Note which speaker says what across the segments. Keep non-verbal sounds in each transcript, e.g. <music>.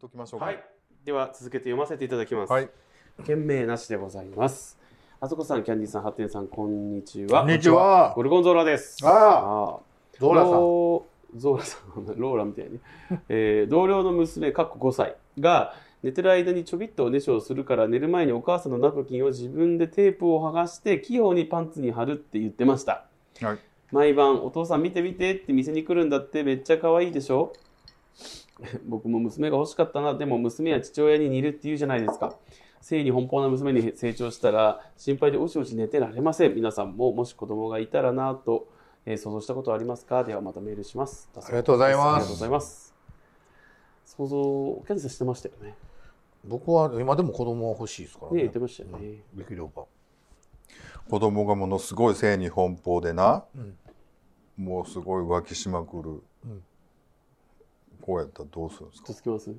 Speaker 1: ときましょうか。
Speaker 2: はい。では続けて読ませていただきます。
Speaker 1: はい
Speaker 2: 件名なしでございます。あそこさん、キャンディーさん、ハッテンさん、こんにちは。
Speaker 3: こんにち。は。
Speaker 2: ゴルゴンゾーラです。
Speaker 3: あ
Speaker 2: ああ。
Speaker 3: あ、ゾーラさん。
Speaker 2: ローゾーラさん、 <laughs> ローラみたいに、えー同僚の娘、かっこ5歳が、寝てる間にちょびっとおねしょをするから、寝る前にお母さんのナプキンを自分でテープを剥がして、器用にパンツに貼るって言ってました。
Speaker 1: はい
Speaker 2: 毎晩、お父さん見て見てって店に来るんだって、めっちゃ可愛いでしょ <laughs> 僕も娘が欲しかったな。でも娘は父親に似るって言うじゃないですか。性に奔放な娘に成長したら、心配でおしおし寝てられません。皆さんも、もし子供がいたらなとえー想像したことはありますかではまたメールします。あ
Speaker 3: ありがとうござい
Speaker 2: あり
Speaker 3: ま
Speaker 2: がとうご
Speaker 3: す
Speaker 2: ざ。います。想像、キャンディーさんしてましたよね。ね
Speaker 3: 僕は今でも子供は欲しいですからね。
Speaker 2: 言ってましたよね。
Speaker 3: うんできれば。
Speaker 1: 子供がものすごい性に奔放でな、
Speaker 3: うん
Speaker 1: もうすごい浮気しまくる、
Speaker 3: うん
Speaker 1: こうやったらどうするんですか
Speaker 2: 続きます
Speaker 3: い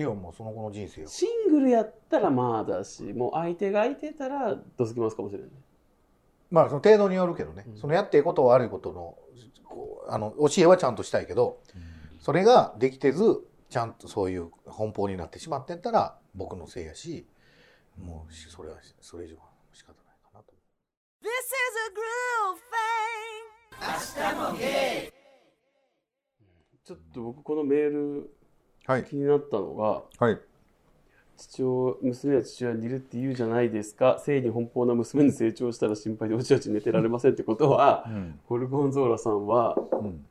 Speaker 3: や、もうその子の人生よ。
Speaker 2: シングルやったらまあだし、もう相手が相手たらどつきますかもしれない。
Speaker 3: まあ、その程度によるけどね
Speaker 2: う。ん
Speaker 3: そのやっていることは悪いことの、こうあの、教えはちゃんとしたいけど、それができてず、ちゃんとそういう奔放になってしまってんたら、僕のせいやし、もう、それは、それ以上は仕方ないかなと。
Speaker 4: This is a groove thing.
Speaker 2: ちょっと僕このメール
Speaker 1: はい
Speaker 2: 気になったのが、
Speaker 1: はい
Speaker 2: 父親娘は父親にいるって言うじゃないですか性に奔放な娘に成長したら心配でおちおち寝てられませんってことは
Speaker 1: うん、
Speaker 2: ゴルゴンゾーラさんは
Speaker 1: うん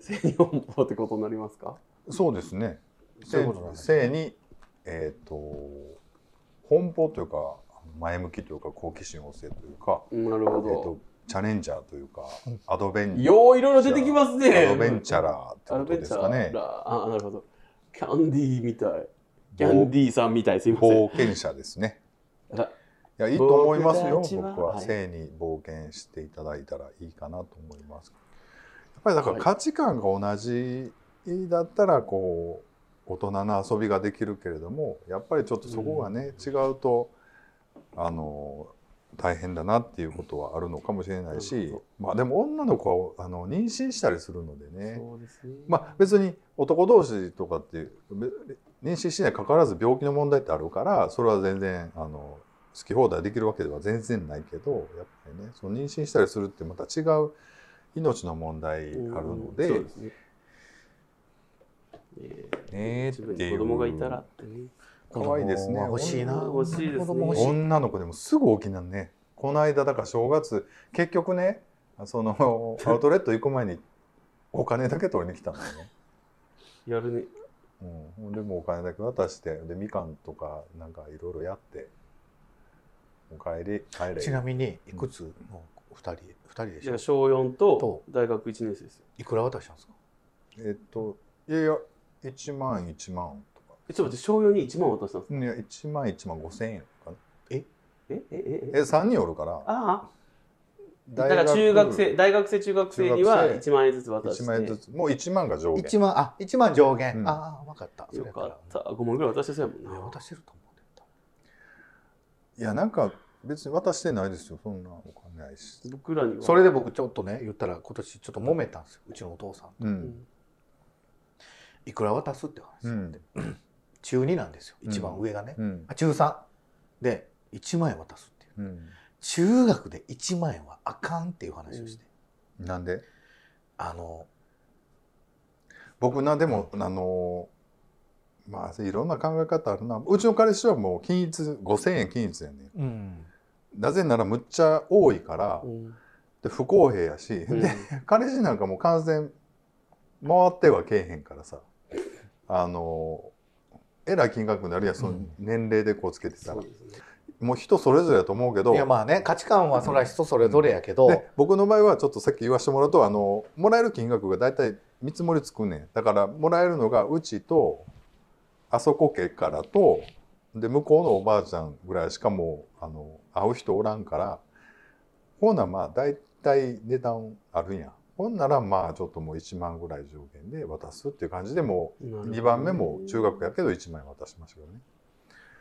Speaker 2: 性に奔放ってことになりますか
Speaker 1: そうですね
Speaker 3: そういうことなんだ
Speaker 1: 性性にえっ、と奔放というか前向きというか好奇心旺盛というか、
Speaker 2: なる
Speaker 1: え
Speaker 2: ほ
Speaker 1: ー、
Speaker 2: ど
Speaker 1: とチャレンジャーというかアドベンチャー
Speaker 2: よういろいろ出てきますね。
Speaker 1: アドベンチャラーって
Speaker 2: アド
Speaker 1: こと
Speaker 2: ベン
Speaker 1: で
Speaker 2: チ
Speaker 1: す
Speaker 2: ャ
Speaker 1: かね
Speaker 2: ーラー。あ、なるほど。キャンディーみたい。キャンディーさんみたい。すいません。
Speaker 1: 冒険者ですね
Speaker 2: あら
Speaker 1: いやいいと思いますよ
Speaker 2: 僕たちは
Speaker 1: 僕は
Speaker 2: はい
Speaker 1: 性に冒険していただいたらいいかなと思いますやっぱりだから価値観が同じだったらこう大人の遊びができるけれどもやっぱりちょっとそこがね、違うとあの大変だなっていうことはあるのかもしれない
Speaker 2: なる
Speaker 1: し
Speaker 2: ほど
Speaker 1: まあでも女の子はあの妊娠したりするのでね
Speaker 2: そうですね。
Speaker 1: まあ、別に男同士とかっていうべ妊娠しないかかわらず病気の問題ってあるからそれは全然あの好き放題できるわけでは全然ないけどやっぱりねその妊娠したりするってまた違う命の問題あるので,、
Speaker 2: そうですね。え
Speaker 1: ねえ
Speaker 2: ー
Speaker 1: っ
Speaker 2: 自
Speaker 1: てい
Speaker 2: 分に子
Speaker 1: う
Speaker 2: 供がいたらってね。
Speaker 1: 可愛いですね
Speaker 3: 子供は欲しいな。
Speaker 2: 欲しいですね
Speaker 3: 子供欲しい
Speaker 1: 女の子でもすぐ起きなんねこの間だから正月結局ねそのアウトレット行く前にお金だけ取りに来たんだよね。
Speaker 2: やるね。
Speaker 1: うん、でもお金だけ渡してでみかんとかなんかいろいろやって「おかえり帰れ」
Speaker 3: ちなみにいくつの2人2人で
Speaker 2: じ
Speaker 3: し
Speaker 2: ゃあ
Speaker 3: ょ
Speaker 2: 小4と
Speaker 3: と
Speaker 2: 大学1年生ですよ。
Speaker 3: いくら渡したんですか
Speaker 1: えっといやいや1万1万とか
Speaker 2: えちょっと待って、小4に1万渡したんですか
Speaker 1: いや1万1万5千円かな
Speaker 2: ええええ
Speaker 1: え3人おるから
Speaker 2: ああ。だ
Speaker 1: 大
Speaker 2: から中学生、大学生、中学生には
Speaker 1: 中学
Speaker 2: 1万円ずつ渡して。
Speaker 1: 1万円ずつもう1万が上限
Speaker 3: 1万あ一万上限、
Speaker 1: うん
Speaker 3: ああ分かったそ
Speaker 2: よ
Speaker 3: れや
Speaker 2: かっ
Speaker 3: ら
Speaker 2: た。5万ぐらい渡してそうやもん
Speaker 3: いや
Speaker 2: な。
Speaker 3: 渡してると思うんだけど
Speaker 1: いやなんか別に渡してないですよそんなお金ないし、
Speaker 2: 僕らには。
Speaker 3: それで僕ちょっとね言ったら今年ちょっと揉めたんですようちのお父さん
Speaker 1: う
Speaker 2: うんん
Speaker 3: いくら渡すって
Speaker 1: う
Speaker 3: 話、
Speaker 1: ん
Speaker 3: <clears throat> 中2なんですよ
Speaker 1: うん
Speaker 3: 一番上がね、
Speaker 1: うん
Speaker 3: あ中3で1万円渡すっていう
Speaker 1: うん、
Speaker 3: 中学で1万円はあかんっていう話をして、
Speaker 1: なんで
Speaker 3: あの
Speaker 1: 僕なでも、あのまあいろんな考え方あるなうちの彼氏はもう均一5,000円均一やね
Speaker 3: うん
Speaker 1: なぜならむっちゃ多いから、
Speaker 2: うん
Speaker 1: で不公平やし、
Speaker 2: うん
Speaker 1: で彼氏なんかもう完全回ってはけえへんからさあのえらい金額になるやんその
Speaker 3: うん
Speaker 1: 年齢でこうつけてたら、
Speaker 2: そうですね。
Speaker 1: もう人それぞれやと思うけど
Speaker 3: いやまあね価値観はそれは人それぞれやけど、
Speaker 1: で僕の場合はちょっとさっき言わせてもらうとあのもらえる金額が大体見積もりつくねんだからもらえるのがうちとあそこ家からとで向こうのおばあちゃんぐらいしかもうあの会う人おらんからほんならまあ大体値段あるんやほんならまあちょっともう1万ぐらい上限で渡すっていう感じでも
Speaker 2: なるほど
Speaker 1: う
Speaker 2: ね
Speaker 1: 2番目も中学やけど1万円渡しましたけどね。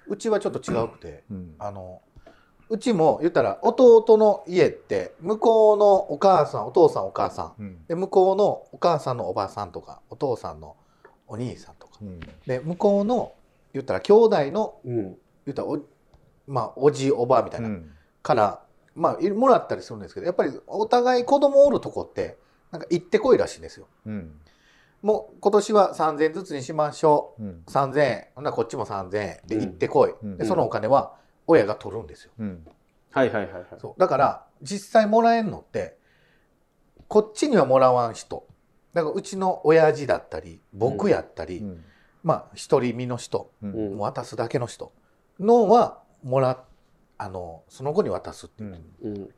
Speaker 3: うちはちょっと違うくて、
Speaker 1: うん
Speaker 3: あのうちも言ったら弟の家って向こうのお母さんお父さんお母さん
Speaker 1: うん
Speaker 3: で向こうのお母さんのおばさんとかお父さんのお兄さんとか
Speaker 1: うん
Speaker 3: で向こうの言ったら兄弟の
Speaker 2: うん。
Speaker 3: 言ったらお,、まあ、おじおばみたいうな、
Speaker 1: ん
Speaker 3: から、まあ、いもらったりするんですけどやっぱりお互い子供おるとこってなんか行ってこいらしいんですよ。
Speaker 1: うん
Speaker 3: もう今年は3,000円ずつにしましょ
Speaker 1: うん
Speaker 3: う3,000円ほんならこっちも3,000円で
Speaker 2: うん
Speaker 3: 行ってこい、
Speaker 1: うん
Speaker 3: でそのお金は親が取るんですよ。
Speaker 1: うん
Speaker 2: はいはいはいはい。
Speaker 3: そうだから実際もらえんのってこっちにはもらわん人だからうちの親父だったり僕やったり、
Speaker 1: うん
Speaker 3: まあ一人身の人
Speaker 1: う
Speaker 2: うんん
Speaker 3: 渡すだけの人のはもらあのその後に渡すって
Speaker 1: う
Speaker 3: 言って、
Speaker 1: ん
Speaker 2: うん。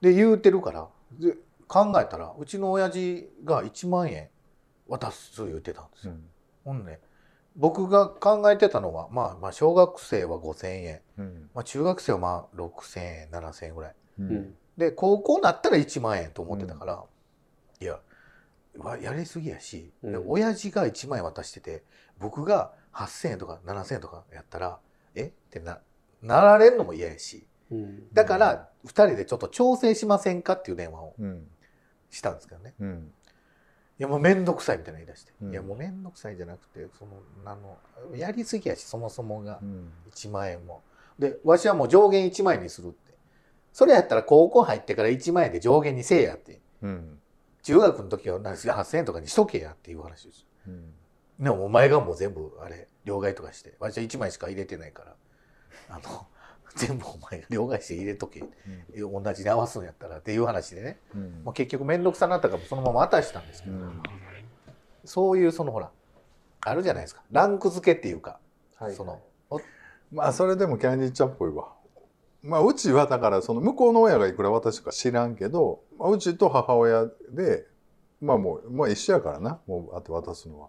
Speaker 3: で言うてるからで考えたらうちの親父が1万円渡す言うてたんです
Speaker 1: う
Speaker 3: よ、
Speaker 1: ん
Speaker 3: ほんで僕が考えてたのは、まあ、まあ小学生は5,000円、
Speaker 1: うん
Speaker 3: まあ、中学生はまあ6,000円7,000円ぐらい
Speaker 2: うん。
Speaker 3: で高校になったら1万円と思ってたから、いやわやりすぎやし、で
Speaker 2: うん
Speaker 3: 親父が1万円渡してて僕が8,000円とか7,000円とかやったらえってななられるのも嫌やし
Speaker 2: うん。
Speaker 3: だから2人でちょっと調整しませんかっていう電話を
Speaker 1: うん
Speaker 3: したんですけどね
Speaker 1: うん
Speaker 3: いやもう面倒くさいみたいな言い出して、
Speaker 1: うん
Speaker 3: いやもう面倒くさいじゃなくてそのあのやりすぎやしそもそもが
Speaker 1: うん
Speaker 3: 1万円もでわしはもう上限1万円にするってそれやったら高校入ってから1万円で上限にせえやって
Speaker 1: うん
Speaker 3: 中学の時はなんか8,000円とかにしとけやっていう話ですよ
Speaker 1: うん
Speaker 3: でもお前がもう全部あれ両替とかしてわしは1枚しか入れてないからあの <laughs> 全部お前が両替して入れとけ同じに合わすんやったらっていう話でね、
Speaker 1: うん
Speaker 3: まあ、結局面倒くさなったからそのまま渡したんですけ
Speaker 1: う
Speaker 3: ど、
Speaker 1: ん
Speaker 3: そういうそのほらあるじゃないですかランク付けっていうか、
Speaker 2: はい。
Speaker 3: その
Speaker 1: まあそれでもキャンディーちゃんっぽいわ。まあうちはだからその向こうの親がいくら私か知らんけど、まあ、うちと母親でまあもう、まあ、一緒やからなもうあと渡すのは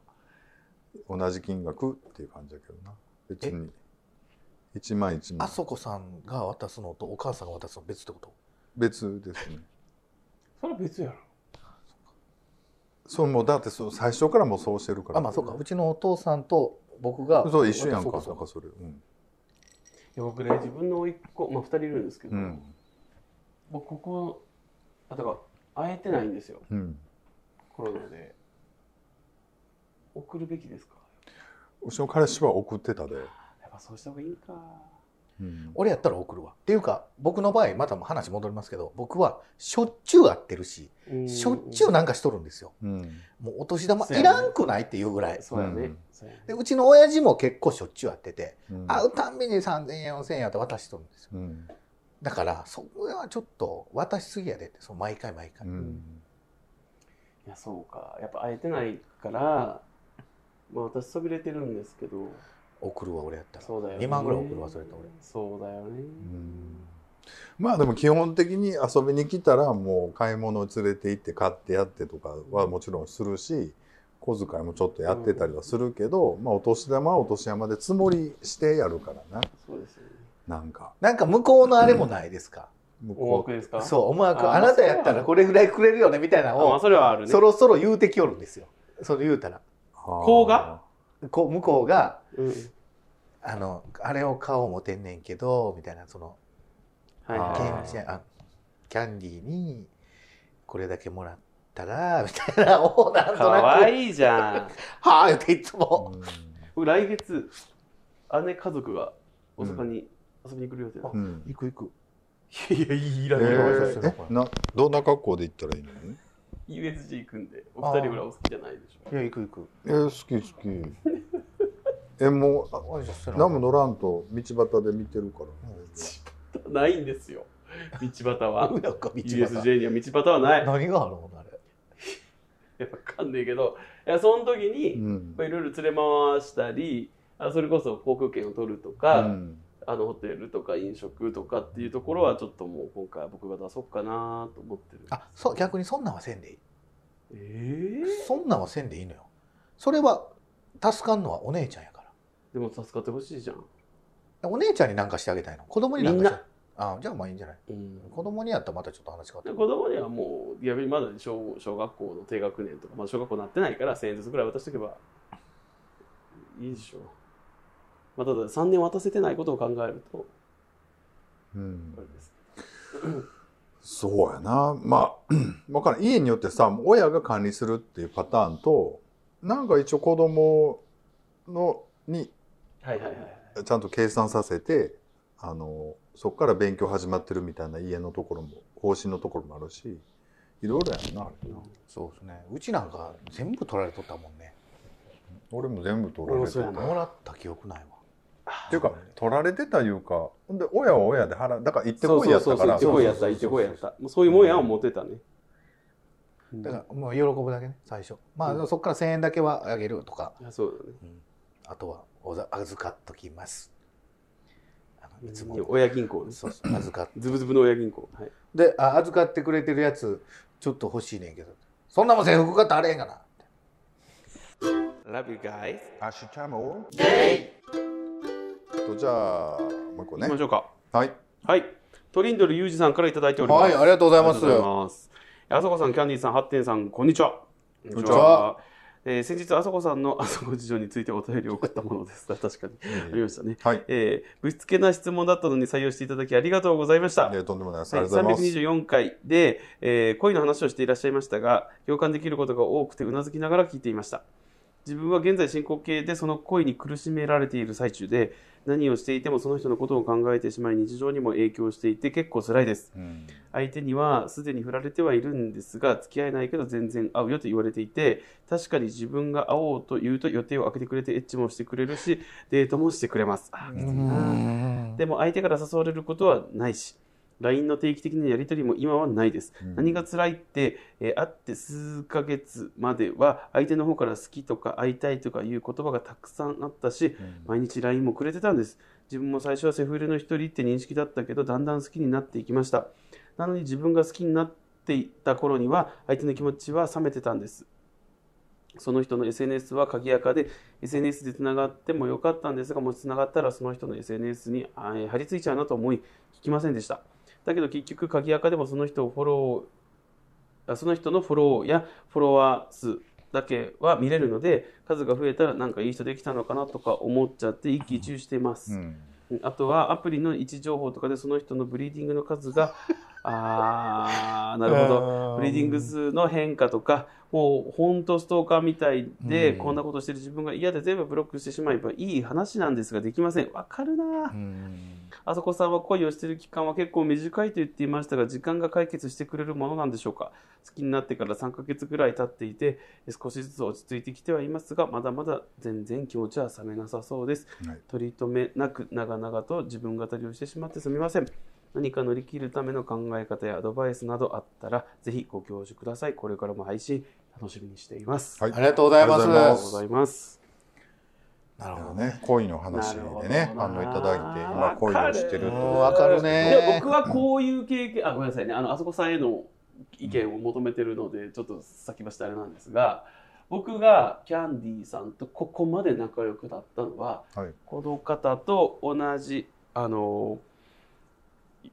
Speaker 1: 同じ金額っていう感じだけどな別に1万1
Speaker 3: あ
Speaker 1: 万
Speaker 3: そこさんが渡すのとお母さんが渡すの別ってこと
Speaker 1: 別ですね
Speaker 2: それは別やろ。
Speaker 1: そうもうだってそう最初からもうそうしてるから
Speaker 3: あまあそうかうちのお父さんと僕が
Speaker 1: そう一緒やん
Speaker 3: そう
Speaker 1: か
Speaker 3: か
Speaker 1: そ
Speaker 3: そう
Speaker 1: うかそれうん、
Speaker 2: いや僕ね、自分の甥っ子、まあ、2人いるんですけど、
Speaker 1: うん
Speaker 2: 僕、ここ、あ、だから、会えてないんですよ、
Speaker 1: うん、
Speaker 2: コロナで。送るべきですか
Speaker 1: うちの彼氏は送ってたで、
Speaker 2: やっぱそうした方がいいんか。
Speaker 1: うん
Speaker 3: 俺やったら送るわっていうか僕の場合また話戻りますけど僕はしょっちゅう会ってるししょっちゅうなんかしとるんですよ
Speaker 1: うん
Speaker 3: もうお年玉
Speaker 2: そうや
Speaker 3: い
Speaker 2: ね
Speaker 3: らんくないっていうぐらい
Speaker 2: そうやね。
Speaker 1: うん
Speaker 2: そうやね
Speaker 3: でうちの親父も結構しょっちゅう会ってて
Speaker 1: うん
Speaker 3: 会うたんびに3,000円4,000円やって渡しとるんですよ
Speaker 1: うん
Speaker 3: だからそこはちょっと渡しすぎやでってその毎回毎
Speaker 1: う
Speaker 3: 回、
Speaker 1: ん
Speaker 2: いや、そうか。やっぱ会えてないから、まあ私、そびれてるんですけど、
Speaker 3: 送るわ俺やったら
Speaker 2: そうだよ、ね。
Speaker 3: 2万ぐらい送るわそれと俺
Speaker 2: そうだよね。
Speaker 1: まあでも基本的に遊びに来たらもう買い物連れて行って買ってやってとかはもちろんするし小遣いもちょっとやってたりはするけど、まあお年玉はお年玉で積もりしてやるから
Speaker 2: そうですよね。
Speaker 1: ななんか
Speaker 3: なんか向こうのあれもないですか、
Speaker 1: 向
Speaker 2: 大
Speaker 1: こ
Speaker 2: 枠ですかう。
Speaker 3: そう思わく
Speaker 2: あ
Speaker 3: あなたやったらこれぐらいくれるよねみたいな
Speaker 2: あ、
Speaker 3: の
Speaker 2: まあ、
Speaker 3: を
Speaker 2: それはあるね。
Speaker 3: そろそろ言うてきよるんですよそれ言うたら
Speaker 1: うあー
Speaker 2: こうが
Speaker 3: こう向こうが
Speaker 2: うん。
Speaker 3: 「あのあれを買おう思てんねんけど」みたいなその
Speaker 2: はい
Speaker 1: あー
Speaker 3: ゲー
Speaker 2: は
Speaker 3: ム
Speaker 2: い
Speaker 3: し
Speaker 2: はい。
Speaker 3: ないあキャンディーにこれだけもらったらみたいなをなん
Speaker 2: か
Speaker 3: とな
Speaker 2: わ
Speaker 3: く
Speaker 2: いいじゃん。
Speaker 3: 「はあ」言っていつも
Speaker 2: 僕来月、姉家族が大阪に遊びに来る予定だ。
Speaker 1: うん、うん
Speaker 3: 「行く行く
Speaker 2: いやいや、いら
Speaker 1: え
Speaker 2: ないわ。
Speaker 1: ーえなどんな格好で行ったらいいの、
Speaker 2: USJ 行くんで、お二人ぐらいお好きじゃないでしょ」
Speaker 3: いや行く行く
Speaker 1: えー好き好きえもうあ
Speaker 3: おいしょそれ
Speaker 1: 何も乗らんと道端で見てるから、
Speaker 2: うか。ないんですよ。道端は。
Speaker 3: なん <laughs> か道端
Speaker 2: USJ には道端はない。
Speaker 3: 何があるのあれ
Speaker 2: やっぱわかんねえけど、いやその時に、
Speaker 1: うん
Speaker 2: まあいろいろ連れ回したりあそれこそ航空券を取ると
Speaker 1: う
Speaker 2: か、
Speaker 1: ん
Speaker 2: あのホテルとか飲食とかっていうところはちょっともう今回は僕が出そうかなと思ってる
Speaker 3: あそう逆にそんなんはせんでいい
Speaker 2: ええ
Speaker 3: そんなんはせんでいいのよそれは助かんのはお姉ちゃんやから
Speaker 2: でも助かってほしいじゃん、
Speaker 3: お姉ちゃんに何かしてあげたいの子供に何かしてあじゃあまあいいんじゃない
Speaker 2: うん、
Speaker 3: 子供にやったらまたちょっと話変わって
Speaker 2: で子供にはもう逆にまだ小小学校の低学年とか、まあ、小学校なってないから1000円ずつぐらい渡しとけばいいでしょまあ、ただ3年渡せてないことを考えると
Speaker 1: うん
Speaker 2: あれです
Speaker 1: そうやなまあわからん家によってさ親が管理するっていうパターンとなんか一応子供のに
Speaker 2: はいはいはい。
Speaker 1: ちゃんと計算させてあのそこから勉強始まってるみたいな家のところも方針のところもあるしいろいろやんなあれ
Speaker 3: そうですねうちなんか全部取られとったもんね
Speaker 1: 俺も全部取られてた
Speaker 2: 俺もそうや
Speaker 1: っ
Speaker 3: もらった記憶ないわ
Speaker 1: ていうか取られてたいうかほんで親は親で払うだから行ってこいやったから
Speaker 2: そうそうそう行ってこいや
Speaker 1: そ
Speaker 2: っ
Speaker 1: う
Speaker 2: た、行ってこいやった。もうそういうもんや思ってたね。、
Speaker 3: だからもう喜ぶだけね最初まあ、そこから1,000円だけはあげるとから
Speaker 2: そうだね。
Speaker 3: あとはおざ預かっときますあのいつも
Speaker 2: 親銀行です。
Speaker 3: そうそう預かっ
Speaker 2: ズブズブの親銀行。はい。
Speaker 3: であ預かってくれてるやつちょっと欲しいねんけどそんなもん制服買ったらあれへんがな
Speaker 2: Love you guys.
Speaker 1: アシュチャモとじゃあもう一個
Speaker 2: 行
Speaker 1: ね
Speaker 2: きましょうか。
Speaker 1: はい
Speaker 2: はい。トリンドルユージさんからいただいております。
Speaker 3: はいありがとうござ
Speaker 2: あ
Speaker 3: いま
Speaker 2: りが
Speaker 3: す
Speaker 2: とうございます。あそこさん、キャンディーさん、ハッテンさん、こんにちは。こん
Speaker 3: にちは。
Speaker 2: えー先日、あそこさんのあ <laughs> そこ事情についてお便りを送ったものです。
Speaker 3: <laughs>
Speaker 2: 確かに。ありましたね。
Speaker 1: はい
Speaker 2: えー、ぶしつけな質問だったのに採用していただきありがとうございました
Speaker 1: い。やとんでもないですあ
Speaker 2: はい、
Speaker 1: りがとうございます
Speaker 2: 324回で、えー恋の話をしていらっしゃいましたが共感できることが多くてうなずきながら聞いていました自分は現在進行形でその恋に苦しめられている最中で何をしていてもその人のことを考えてしまい日常にも影響していて結構辛いです
Speaker 1: うん
Speaker 2: 相手にはすでに振られてはいるんですが付き合えないけど全然会うよと言われていて確かに自分が会おうと言うと予定を空けてくれてエッチもしてくれるしデートもしてくれますあーきついなーでも相手から誘われることはないし LINE の定期的なやり取りも今はないです、
Speaker 1: うん
Speaker 2: 何が辛いって、えー会って数ヶ月までは相手の方から好きとか会いたいとかいう言葉がたくさんあったし毎日 LINE もくれてたんです自分も最初はセフレの一人って認識だったけどだんだん好きになっていきましたなのに自分が好きになっていった頃には相手の気持ちは冷めてたんですその人の SNS は鍵やかで SNS でつながってもよかったんですがもしつながったらその人の SNS にあー張り付いちゃうなと思い聞きませんでしただけど結局鍵アカでもその人をフォローあその人のフォローやフォロワー数だけは見れるので数が増えたらなんかいい人できたのかなとか思っちゃって一喜一憂しています、
Speaker 1: うん
Speaker 2: あとはアプリの位置情報とかでその人のブリーディングの数があーなるほどブリーディング数の変化とかもうほんとストーカーみたいで
Speaker 3: うん
Speaker 2: こんなことしてる自分が嫌で全部ブロックしてしまえばいい話なんですができませんわかるなーあそこさんは恋をしている期間は結構短いと言っていましたが時間が解決してくれるものなんでしょうか好きになってから3ヶ月ぐらい経っていて少しずつ落ち着いてきてはいますがまだまだ全然気持ちは冷めなさそうです、
Speaker 1: はい
Speaker 2: 取り留めなく長々と自分語りをしてしまってすみません何か乗り切るための考え方やアドバイスなどあったらぜひご教授くださいこれからも配信楽しみにしています、
Speaker 1: はい
Speaker 3: ありがとうございます
Speaker 1: ありがとうございま
Speaker 2: ありがとう
Speaker 1: す
Speaker 2: ございます
Speaker 3: なる
Speaker 1: あ
Speaker 3: ほ
Speaker 1: の
Speaker 3: どね
Speaker 1: ね、恋の話でね、
Speaker 2: な
Speaker 1: 反
Speaker 2: る
Speaker 1: 応い
Speaker 2: ほどな
Speaker 1: ただいて、今恋をしてる
Speaker 3: う
Speaker 1: と。
Speaker 3: んわかる
Speaker 2: で
Speaker 3: ね
Speaker 2: 僕はこういう経験あごめんなさいねあのあそこさんへの意見を求めてるので、ちょっと先走ってあれなんですが僕がキャンディーさんとここまで仲良くなったのは、
Speaker 1: はい
Speaker 2: この方と同じあのい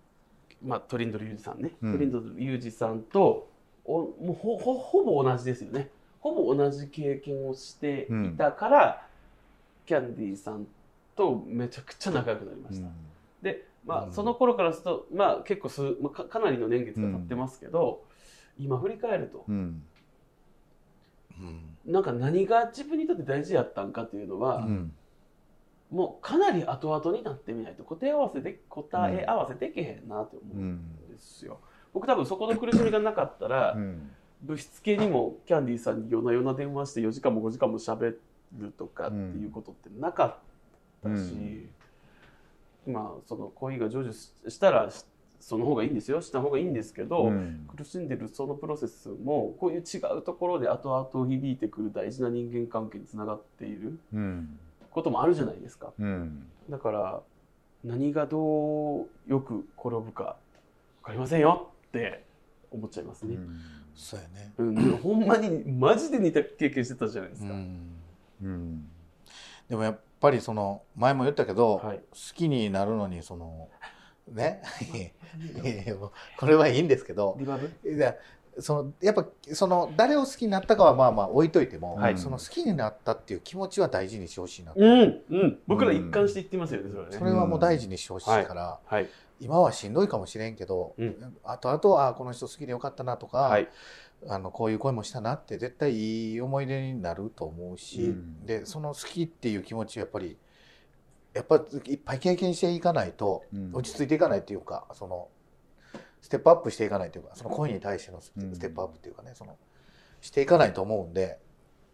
Speaker 2: まあトリンドルユージさんね、
Speaker 1: うん
Speaker 2: トリンドルユージさんとおもうほほほぼ同じですよねほぼ同じ経験をしていたから、キャンディーさんとめちゃくちゃ仲良くなりま
Speaker 1: う
Speaker 2: した。
Speaker 1: ん
Speaker 2: で、ま
Speaker 3: う
Speaker 2: あ、
Speaker 3: ん
Speaker 2: その頃からすると、まあ、結構す、まあ、かかなりの年月が経ってますけど、今振り返ると
Speaker 1: うん。
Speaker 3: うん
Speaker 2: なんか何が自分にとって大事やったんかっていうの
Speaker 1: う
Speaker 2: は、
Speaker 1: ん。
Speaker 2: もうかなり後々になってみないと答え合わせで答え合わせできへんなと思
Speaker 1: う
Speaker 2: うん
Speaker 1: ん。
Speaker 2: ですよ。僕多分そこの苦しみがなかったら、
Speaker 1: うん
Speaker 2: ぶしつけにもキャンディーさんに夜な夜な電話して4時間も5時間も喋るとかっていうことってなかったし、まあその恋が成就ししたらしその方がいいんですよした方がいいんですけど、
Speaker 1: うん
Speaker 2: 苦しんでるそのプロセスもこういう違うところで後々響いてくる大事な人間関係につながっている
Speaker 1: うん。
Speaker 2: こともあるじゃないですか。
Speaker 1: うん。
Speaker 2: だから何がどうよく転ぶか分かりませんよって思っちゃいますね。
Speaker 3: そうやね
Speaker 2: うん、でもほんまにマジで似た経験してたじゃないですか。
Speaker 3: うん
Speaker 1: うん。
Speaker 3: でもやっぱりその前も言ったけど、
Speaker 2: はい
Speaker 3: 好きになるのにそのね <laughs> いやいやもうこれはいいんですけど
Speaker 2: リバブ
Speaker 3: いやそのやっぱその誰を好きになったかはまあまあ置いといても、
Speaker 1: はい
Speaker 3: その好きになったっていう気持ちは大事にしてほしいな、
Speaker 2: うんうん僕ら一貫して言ってますよねそれはね。
Speaker 3: それはもう大事にしてほしいから、
Speaker 2: はい
Speaker 3: 今はしんどいかもしれんけど、
Speaker 2: うん
Speaker 3: あとあとはあこの人好きでよかったなとか、
Speaker 2: はい
Speaker 3: あのこういう声もしたなって絶対いい思い出になると思うし、
Speaker 1: うん
Speaker 3: でその好きっていう気持ちをやっぱりやっぱりいっぱい経験していかないと
Speaker 1: うん
Speaker 3: 落ち着いていかないというかそのステップアップしていかないというかその恋に対してのステ
Speaker 1: うん
Speaker 3: ステップアップっていうかね、そのしていかないと思うんで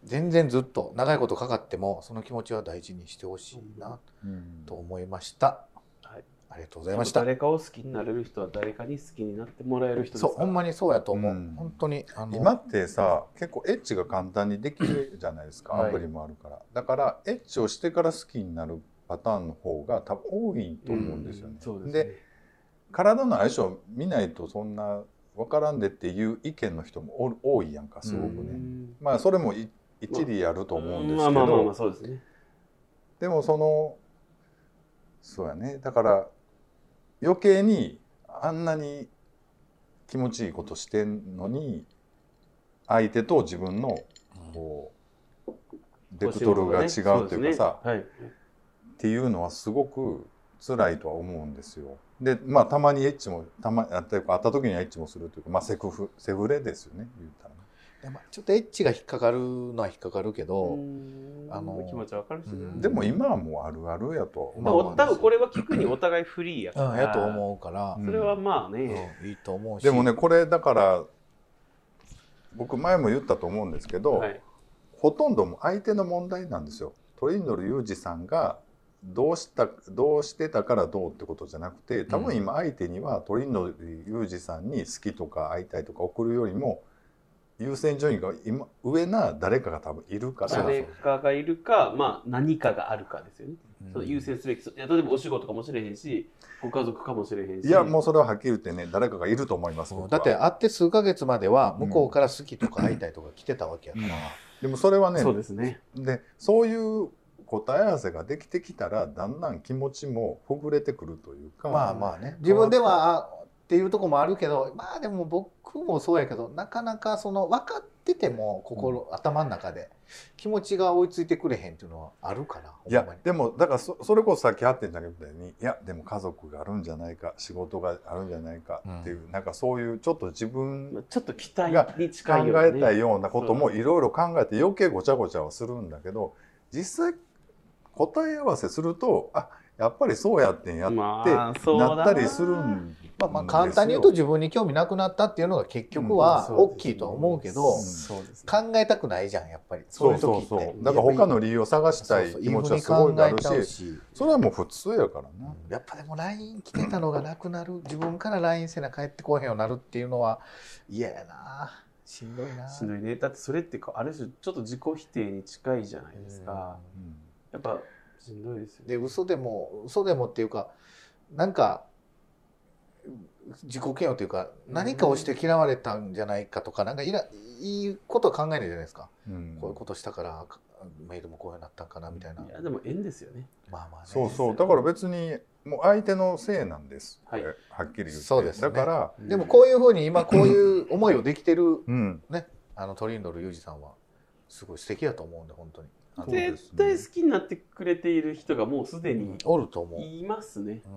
Speaker 3: 全然ずっと長いことかかってもその気持ちは大事にしてほしいな
Speaker 1: うん
Speaker 3: と思いました、
Speaker 2: はい
Speaker 3: ありがとうございました
Speaker 2: 誰かを好きになれる人は誰かに好きになってもらえる人です
Speaker 3: そう
Speaker 2: から
Speaker 3: ほんまにそうやと思う、
Speaker 1: うん
Speaker 3: 本当にあの
Speaker 1: 今ってさ結構エッチが簡単にできるじゃないですか、
Speaker 3: はい
Speaker 1: アプリもあるからだからエッチをしてから好きになるパターンの方が多分多いと思うんですよね。
Speaker 2: そうですね
Speaker 1: で体の相性見ないとそんな分からんでっていう意見の人もおる多いやんかすごくね。
Speaker 2: うん
Speaker 1: まあそれもい一理あると思うんですけど、
Speaker 2: まあまあまあまあそうですね
Speaker 1: でもそのそうやねだから余計にあんなに気持ちいいことしてんのに相手と自分のこうベクトルが違うというかさ、
Speaker 2: そですね
Speaker 1: っていうのはすごく辛いとは思うんですよ。でまあたまにエッチもたまあというか会った時にはエッチもするというか、まあ、セクフセフレですよね言うたらね。
Speaker 3: でもちょっとエッチが引っかかるのは引っかかるけ
Speaker 2: はい
Speaker 3: ど、
Speaker 2: うん
Speaker 3: あの
Speaker 2: 気持ちわかるしな、
Speaker 3: うん
Speaker 1: でも今はもうあるあるやとは思う
Speaker 2: まあ、
Speaker 3: まあ
Speaker 2: お多分これは聞くにお互いフリーやから、
Speaker 3: うん、やと思うから、
Speaker 1: うん
Speaker 2: それはまあね、
Speaker 3: うんいいと思うし
Speaker 1: でもねこれだから僕前も言ったと思うんですけど、
Speaker 2: はい、
Speaker 1: ほとんどもう相手の問題なんですよ。トリンドルユージさんがどうしたどうしてたからどうってことじゃなくて多分今相手にはトリンドルユージさんに好きとか会いたいとか送るよりも優先順位が今上な誰かが多分いるから
Speaker 3: そう
Speaker 2: 誰かがいるか、まあ、何かがあるかですよね、
Speaker 3: うん
Speaker 2: その優先すべきそいや例えばお仕事かもしれへんしご家族かもしれへんし
Speaker 1: いやもうそれははっきり言ってね誰かがいると思います
Speaker 3: そう
Speaker 1: 僕は
Speaker 3: だって会って数ヶ月までは向こうから好きとか会いたいとか来てたわけやから、
Speaker 1: でもそれはね
Speaker 2: そうですね
Speaker 1: でそういう答え合わせができてきたらだんだん気持ちもほぐれてくるというか
Speaker 3: まあまあね自分ではあっていうとこもあるけどまあでも僕もそうやけどなかなかその分かってても心、頭の中で気持ちが追いついてくれへんっていうのはあるから
Speaker 1: いや
Speaker 3: ほんまに
Speaker 1: でもだからそそれこそさっきあってんじゃなくてにいやでも家族があるんじゃないか仕事があるんじゃないかっていう、なんかそういうちょっと自
Speaker 2: まあ
Speaker 1: 分
Speaker 2: ちょっと期待に
Speaker 1: 考
Speaker 2: 近いような、ね、
Speaker 1: えたいようなこともいろいろ考えて余計ごちゃごちゃはするんだけど実際答え合わせするとあやっぱりそうやってんやって、
Speaker 2: まあそうだな
Speaker 1: なったりするん
Speaker 3: まあ、まあ簡単に言うと自分に興味なくなったっていうのが結局は
Speaker 2: うん
Speaker 3: 大きいとは思うけど、
Speaker 1: うん
Speaker 2: そうですね
Speaker 3: 考えたくないじゃんやっぱりそう
Speaker 1: そ
Speaker 3: いうう時
Speaker 1: そ
Speaker 3: っ
Speaker 1: う
Speaker 3: て
Speaker 1: そうだから他の理由を探したい気持ちはすごいあるし
Speaker 3: そうそういうふうに考えちゃうし
Speaker 1: それはもう普通やからな、
Speaker 3: やっぱでも LINE 来てたのがなくなる自分から LINE せな帰ってこうへんようになるっていうのは嫌やなしんどいな
Speaker 2: しんどいねだってそれってこうある種ちょっと自己否定に近いじゃないですか、やっぱしんどいですよ
Speaker 3: で嘘でも嘘でもっていうかなんか自己嫌悪というか何かをして嫌われたんじゃないかとかなんかいらいいことは考えないじゃないですか、
Speaker 1: うん
Speaker 3: こういうことしたからメールもこういうようになったんかなみたいない
Speaker 2: やでも縁ですよね
Speaker 3: まあまあね
Speaker 1: そうそうだから別にもう相手のせいなんです、
Speaker 2: はい
Speaker 1: これはっきり言って
Speaker 3: そうですね
Speaker 1: だから、
Speaker 3: でもこういうふうに今こういう思いをできてる
Speaker 1: うん、
Speaker 3: あのトリンドルユージさんはすごい素敵だと思うんで本当にあの
Speaker 1: そうですね
Speaker 2: 絶対好きになってくれている人がもうすでに
Speaker 3: おると思う、
Speaker 2: いますね、
Speaker 3: うん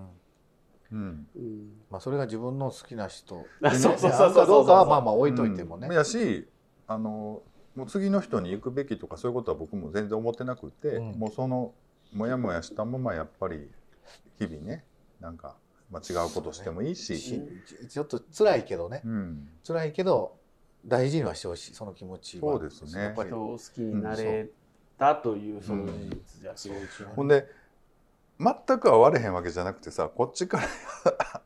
Speaker 1: うん、
Speaker 2: うん
Speaker 3: まあ、それが自分の好きな人
Speaker 2: あ
Speaker 3: でね
Speaker 2: そうそうそうそうそう
Speaker 3: かどうかはまあまあ置いといてもね、
Speaker 1: うんやしあのもう次の人に行くべきとかそういうことは僕も全然思ってなくて、
Speaker 3: うん
Speaker 1: もうそのモヤモヤしたままやっぱり日々ねなんか、まあ、違うことしてもいいし
Speaker 3: しちょっと辛いけどね
Speaker 1: うん、
Speaker 3: 辛いけど大事にはしてほしいその気持ちは
Speaker 1: そうですね
Speaker 3: やっぱり
Speaker 2: 人を好きになれたというその事実じゃ、
Speaker 1: ほんで全く会われへんわけじゃなくてさこっちから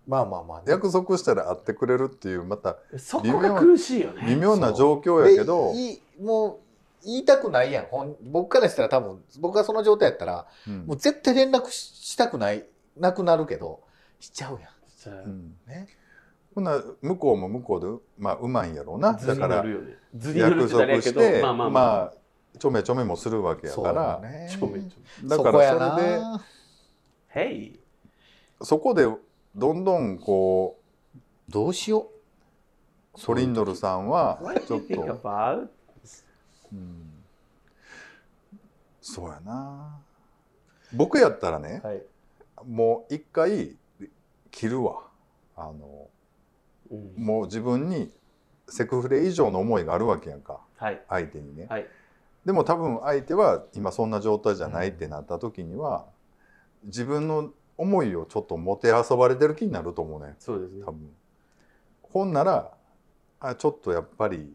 Speaker 3: まあまあまあね
Speaker 1: 約束したら会ってくれるっていうまた
Speaker 2: そこが苦しいよ
Speaker 1: <laughs> 微
Speaker 2: ね
Speaker 1: 妙な状況やけど、
Speaker 3: でいいもう言いたくないやんほん僕からしたら多分僕がその状態やったら
Speaker 1: うん
Speaker 3: もう絶対連絡ししたくないなくなるけどしちゃうや
Speaker 2: じゃあ
Speaker 1: うん
Speaker 3: んね
Speaker 1: ほんなら向こうも向こうでまあうまいんやろうな
Speaker 2: 図
Speaker 1: だ
Speaker 2: に
Speaker 1: か
Speaker 2: 乗
Speaker 1: ら
Speaker 2: るよね図に乗る
Speaker 1: 約
Speaker 2: って誰
Speaker 1: 束
Speaker 2: やけ
Speaker 1: し
Speaker 2: ど
Speaker 1: て
Speaker 2: まあまあまあ
Speaker 1: まあちょめちょめもするわけやか
Speaker 3: だ
Speaker 1: ら
Speaker 3: ね
Speaker 2: ちょめちょ
Speaker 1: だか
Speaker 3: そこや
Speaker 1: らそれで
Speaker 3: な
Speaker 2: へい
Speaker 1: そこでどんどんこ
Speaker 3: どうしよ
Speaker 1: うトリンドルさんは
Speaker 2: What
Speaker 1: ち
Speaker 2: do
Speaker 1: ょっ
Speaker 2: you think
Speaker 1: と、
Speaker 2: about?
Speaker 1: うん、そうやな僕やったらね
Speaker 2: はい、
Speaker 1: もう一回切るわあの
Speaker 2: うん
Speaker 1: もう自分にセクフレ以上の思いがあるわけやんか
Speaker 2: はい。
Speaker 1: 相手にね、
Speaker 2: はい
Speaker 1: でも多分相手は今そんな状態じゃないってなった時には、自分の思いをちょっともてあそばれてる気になると思うね
Speaker 2: そうですね
Speaker 1: 多。分ほんならあちょっとやっぱり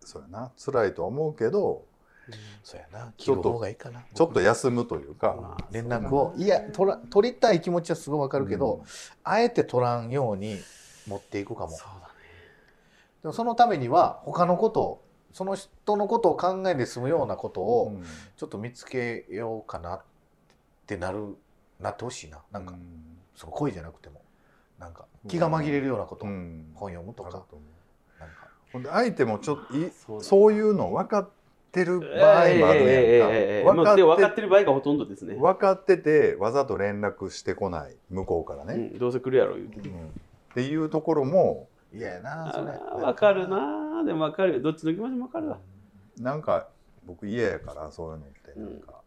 Speaker 1: そうやな辛いとは思うけど
Speaker 3: そうやな
Speaker 1: ち
Speaker 3: 切
Speaker 1: ょっ
Speaker 3: る
Speaker 1: と
Speaker 3: 方がいいかな
Speaker 1: ちょっと休むというか、
Speaker 2: まあ
Speaker 3: 連絡をいや取ら取りたい気持ちはすごいわかるけど、あえて取らんように持っていくかも
Speaker 2: そうだね。
Speaker 3: でもそのためには他のことをその人のことを考えて済むようなこと
Speaker 1: うん、
Speaker 3: をちょっと見つけようかなってなるなってほしいななんか、
Speaker 1: うん
Speaker 3: その恋じゃなくてもなんか気が紛れるようなこと、
Speaker 1: うん
Speaker 3: 本読むと
Speaker 1: ある
Speaker 3: か
Speaker 1: と思う
Speaker 3: なんか
Speaker 1: ほんで相手もちょっとい
Speaker 2: そうだ
Speaker 1: そういうの分かってる場合もあるや
Speaker 2: ええええええええ
Speaker 1: んか
Speaker 2: まあで分
Speaker 1: 分か
Speaker 2: かっ
Speaker 1: ってて
Speaker 2: る場合がほとんどですね。
Speaker 1: 分かっててわざと連絡してこない向こうから
Speaker 2: う
Speaker 1: ね、
Speaker 2: ん、どうせ来るやろ言うて。
Speaker 1: うんっていうところも
Speaker 3: 嫌やなそれ
Speaker 2: あ分かるな。でも分かるよ。どっちの気持ちも分かるわ。
Speaker 1: なんか僕嫌やからそういうのってなんか、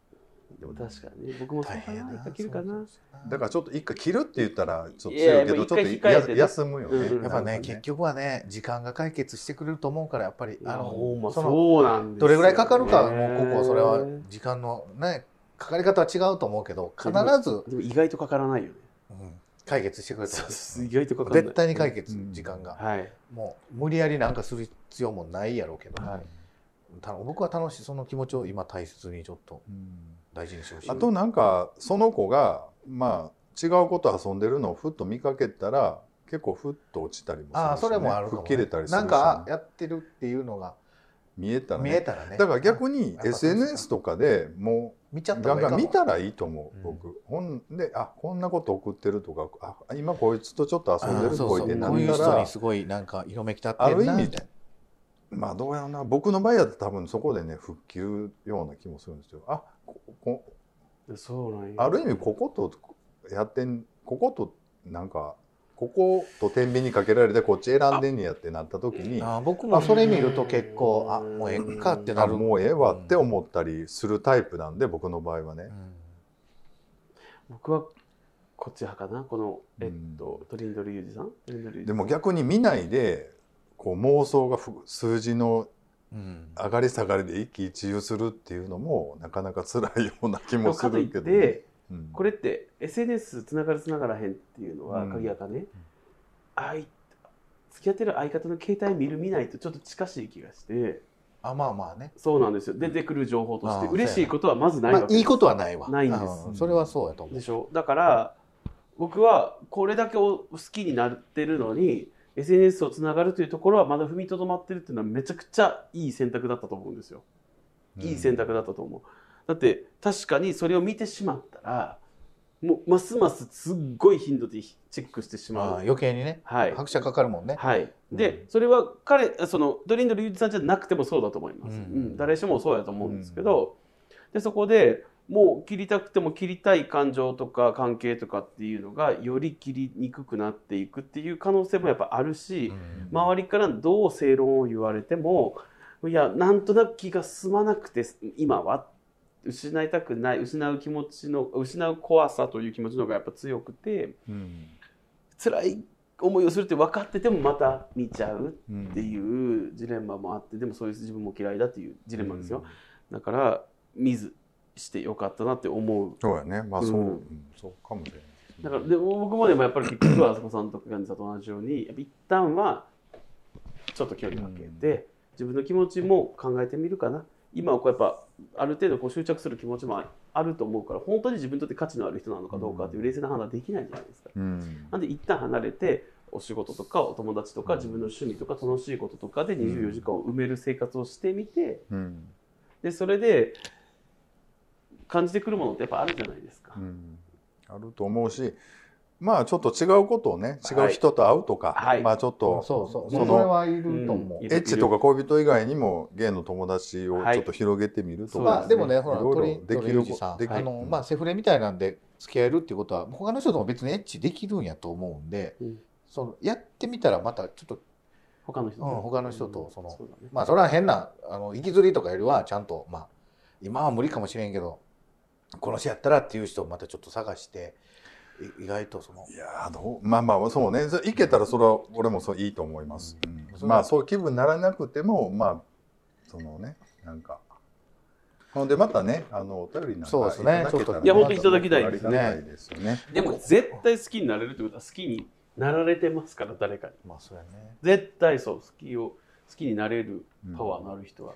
Speaker 2: でも確かにね、僕もそう
Speaker 3: 大
Speaker 2: か
Speaker 3: 変や
Speaker 2: な。
Speaker 3: な
Speaker 2: できるかな。
Speaker 1: だからちょっと一回切るって言ったらちょっと
Speaker 2: いや
Speaker 1: 強
Speaker 2: いや
Speaker 1: いけ
Speaker 2: も
Speaker 1: ど
Speaker 2: う一
Speaker 1: ちょっ
Speaker 2: 回
Speaker 1: と
Speaker 2: 控えて
Speaker 1: や休むよね、
Speaker 2: うんうん
Speaker 3: やっぱね
Speaker 1: なんか
Speaker 3: 結局はね時間が解決してくれると思うからやっぱりあの
Speaker 2: ほんま
Speaker 3: その
Speaker 2: そうなんですよ
Speaker 3: ど
Speaker 2: ね
Speaker 3: れぐらいかかるかはもうここはそれは時間のねかかり方は違うと思うけど必ず、
Speaker 2: でも意外とかからないよね。
Speaker 3: うん解決してくれると
Speaker 2: そ
Speaker 3: 思
Speaker 2: う
Speaker 3: う
Speaker 2: そう意外とかからない。
Speaker 3: 絶対に解
Speaker 1: う
Speaker 3: 決、
Speaker 1: ん
Speaker 3: 時間が、
Speaker 2: はい。
Speaker 3: もう無理やりなんかする必要もないやろうけど、
Speaker 2: はい
Speaker 3: た僕は楽しいその気持ちを今大切にちょっと
Speaker 1: うん
Speaker 3: 大事にしてほしい
Speaker 1: あとなんかその子がまあ違うこと遊んでるのをふっと見かけたら結構ふっと落ちたりもするし、ね、
Speaker 3: ああそれもあるかも、
Speaker 1: 吹っ切れたりするしね、
Speaker 3: なんかやってるっていうのが
Speaker 1: 見えたら
Speaker 3: 見え
Speaker 1: ね
Speaker 3: たらね
Speaker 1: だから逆に
Speaker 3: やっぱそうですか
Speaker 1: SNS とかでも
Speaker 3: 見ちゃ
Speaker 1: う
Speaker 3: った
Speaker 1: ガ
Speaker 3: 方
Speaker 1: ン
Speaker 3: がいい
Speaker 1: ガ
Speaker 3: か
Speaker 1: ン見た
Speaker 3: も
Speaker 1: らいいと思う
Speaker 3: うん
Speaker 1: 僕、ほんであこんなこと送ってるとかあ今こいつとちょっと遊んで
Speaker 3: あー
Speaker 1: る
Speaker 3: そう
Speaker 1: こ
Speaker 3: そ
Speaker 1: いうてな
Speaker 3: こうい
Speaker 1: ん
Speaker 3: う
Speaker 1: だ
Speaker 3: 人に
Speaker 1: ら
Speaker 3: すごいなんか色めき立って
Speaker 1: ある
Speaker 3: る
Speaker 1: 意
Speaker 3: なみ
Speaker 1: 味
Speaker 3: たいな
Speaker 1: まあどうやろうな僕の場合だと多分そこでね復旧ような気もするんですよあここ
Speaker 2: そうなんや。
Speaker 1: ある意味こことやってんこことなんかここと天秤にかけられてこっち選んでんねやってなった時にあ
Speaker 3: あー僕もそれ見ると結構あもうええかってなる
Speaker 1: もうええわって思ったりするタイプなんで僕の場合はね
Speaker 3: う、ん
Speaker 2: 僕はこっち派かな。この、
Speaker 1: うん
Speaker 2: えっと、トリンドルユージさんトリンドルユージ
Speaker 1: でも逆に見ないでこう妄想がふ数字の
Speaker 3: うん
Speaker 1: 上がり下がりで一喜一憂するっていうのもなかなか辛いような気
Speaker 2: でも
Speaker 1: もす
Speaker 2: かとい
Speaker 1: る
Speaker 2: っ
Speaker 1: けど、
Speaker 2: て、
Speaker 1: うん
Speaker 2: これって、SNS つながるつながらへんっていうのは、
Speaker 1: うん
Speaker 2: 鍵やかね、あい付き合ってる相方の携帯見る見ないとちょっと近しい気がして、
Speaker 3: あまあまあね
Speaker 2: そうなんですよ。出てくる情報として、
Speaker 3: あー
Speaker 2: 嬉しいことはまずない
Speaker 3: ま
Speaker 2: わ
Speaker 3: あ
Speaker 2: け
Speaker 3: い
Speaker 2: で
Speaker 3: い
Speaker 2: す
Speaker 3: ことはないわ
Speaker 2: ないんです
Speaker 3: うそれはそうやと思う
Speaker 2: でしょだから僕はこれだけお好きになってるのに SNS をつながるというところはまだ踏みとどまってるっていうのはめちゃくちゃいい選択だったと思うんですよ。いい選択だったと思う。だって確かにそれを見てしまったらもうますますすっごい頻度でチェックしてし
Speaker 3: ま
Speaker 2: ま
Speaker 3: あ
Speaker 2: う。
Speaker 3: 余計にね
Speaker 2: はい
Speaker 3: 拍車かかるもんね
Speaker 2: はい、で
Speaker 3: う
Speaker 2: それは彼そのドリンドルユージさんじゃなくてもそうだと思います、う
Speaker 3: うんん
Speaker 2: 誰しもそうやと思うんですけど、でそこでもう切りたくても切りたい感情とか関係とかっていうのがより切りにくくなっていくっていう可能性もやっぱあるし、
Speaker 3: うん
Speaker 2: 周りからどう正論を言われてもいやなんとなく気が済まなくて今は失いたくない失う気持ちの失う怖さという気持ちの方がやっぱ強くて。
Speaker 1: うん
Speaker 2: 辛い思いをするって分かっててもまた見ちゃう
Speaker 1: うん
Speaker 2: っていうジレンマもあってでもそういう自分も嫌いだっていうジレンマですよ
Speaker 1: うん、
Speaker 2: だから見ずしてよかったなって思う
Speaker 1: そうやねまあそう、
Speaker 2: うん
Speaker 1: うんそうかもしれない
Speaker 2: だからでも僕もでもやっぱり結局はあそこさんとかガンジさんと同じようにやっぱ一旦はちょっと距離かけて、自分の気持ちも考えてみるかな今はこうやっぱある程度こう執着する気持ちもああると思うから本当に自分にとって価値のある人なのかどうかっていう冷静な判断できないじゃないですか。
Speaker 1: うん
Speaker 2: なんで一旦離れてお仕事とかお友達とか自分の趣味とか楽しいこととかで24時間を埋める生活をしてみて
Speaker 1: うん
Speaker 2: でそれで感じてくるものってやっぱあるじゃないですか
Speaker 1: う。んあると思うしまあちょっと違うことをね違う人と会うとか、
Speaker 2: はい
Speaker 1: まあちょっ
Speaker 3: そ
Speaker 1: と
Speaker 3: うそ
Speaker 1: そ
Speaker 3: うそ
Speaker 1: の
Speaker 3: れはいると思
Speaker 2: うん
Speaker 3: う
Speaker 1: エッチとか恋人以外にもゲイの友達を
Speaker 2: はい
Speaker 1: ちょっと広げてみるとか、
Speaker 3: まあでもね、ほら、
Speaker 1: いろいろ
Speaker 3: 鳥
Speaker 1: でき
Speaker 3: 鳥
Speaker 1: る
Speaker 3: 藤さん、
Speaker 1: できる
Speaker 3: あの、まあ、セフレみたいなんで、付き合えるっていうことは、他の人とも別にエッチできるんやと思うんで。
Speaker 2: うん
Speaker 3: その、やってみたら、またちょっと、
Speaker 2: 他の人とね
Speaker 3: うん他の人とその
Speaker 2: うだね
Speaker 3: まあ、それは変な、あの、息ずりとかよりは、ちゃんと、まあ。今は無理かもしれんけど。この人やったらっていう人をまたちょっと探して、い意外とその
Speaker 1: いやーどうまあまあそうねそ行けたらそれは俺もそういいと思います、うん
Speaker 3: そう
Speaker 1: まあそういう気分にならなくてもまあそのねなんかほんでまたねあのお便りなんか
Speaker 3: そうですね
Speaker 1: いただけたら
Speaker 3: いや
Speaker 2: 本当いただきたいです
Speaker 3: ね
Speaker 1: ありがたいですよね
Speaker 2: でも絶対好きになれるってことは好きになられてますから誰かに
Speaker 3: まあそれはね
Speaker 2: 絶対そう好きを好きになれる
Speaker 1: うん
Speaker 2: パワーのある人は、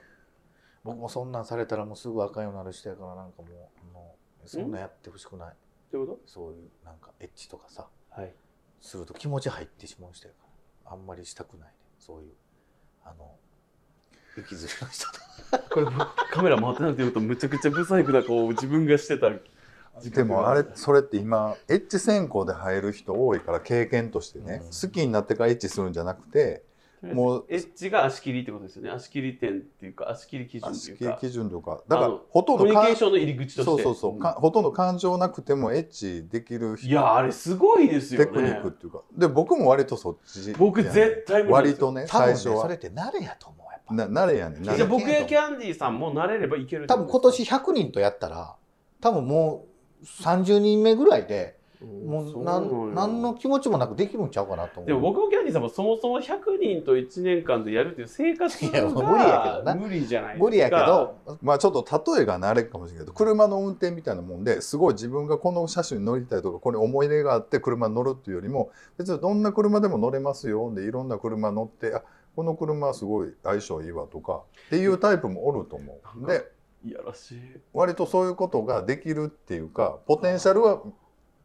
Speaker 3: 僕もそんなんされたらもうすぐ赤いようになる人やからなんかもうもうそんなんやってほしくない
Speaker 2: ってこ
Speaker 3: そういうなんかエッチとかさ
Speaker 2: とはい
Speaker 3: すると気持ち入ってしまう人やからあんまりしたくないねそういうあの息づりの人と
Speaker 2: これカメラ回ってなくて言うとむちゃくちゃブサイクなこう自分がしてた
Speaker 1: でもあれそれって今エッチ選考で入る人多いから経験としてね、
Speaker 3: うん
Speaker 1: 好きになってからエッチするんじゃなくてもう
Speaker 2: エッジが足切りってことですよね足切り点っていうか足切り基準ってい
Speaker 1: 足
Speaker 2: う
Speaker 1: 切り
Speaker 2: か
Speaker 1: 基準とかだか
Speaker 2: あ
Speaker 1: ら
Speaker 2: の
Speaker 1: ほと
Speaker 2: コ
Speaker 1: んど
Speaker 2: ミュニ
Speaker 1: か
Speaker 2: ケーションの入り口として
Speaker 1: そうそうそう、かほとんど感情なくてもエッチできる人
Speaker 2: いやあれすごいですよね
Speaker 1: テクニックっていうかで僕も割とそっち
Speaker 2: 僕
Speaker 1: やね
Speaker 2: 絶対無理で
Speaker 1: 割
Speaker 2: すよ
Speaker 1: とね
Speaker 3: 多
Speaker 1: 最
Speaker 3: 分ね
Speaker 1: 初
Speaker 3: それ
Speaker 1: は
Speaker 3: って慣れやと思うやっぱ
Speaker 1: な慣れやねん慣
Speaker 2: じゃ
Speaker 1: れ
Speaker 2: あ僕やキャンディーさんも慣れればいける
Speaker 3: 多分今年100人とやったら多分もう30人目ぐらいでもうなん何の気持ちもなくできるんちゃうかなと思う
Speaker 2: でも僕もキャンディーさんもそもそも100人と1年間でやるっていう生活
Speaker 3: いやもう無理やけどな
Speaker 2: が無理じゃないですか
Speaker 3: 無理やけど
Speaker 1: まあちょっと例えが慣れかもしれないけど車の運転みたいなもんですごい自分がこの車種に乗りたいとかこれ思い入れがあって車に乗るっていうよりも別にどんな車でも乗れますよでいろんな車乗ってあこの車すごい相性いいわとかっていうタイプもおると思うで
Speaker 2: いやらしい
Speaker 1: 割とそういうことができるっていうかポテンシャルは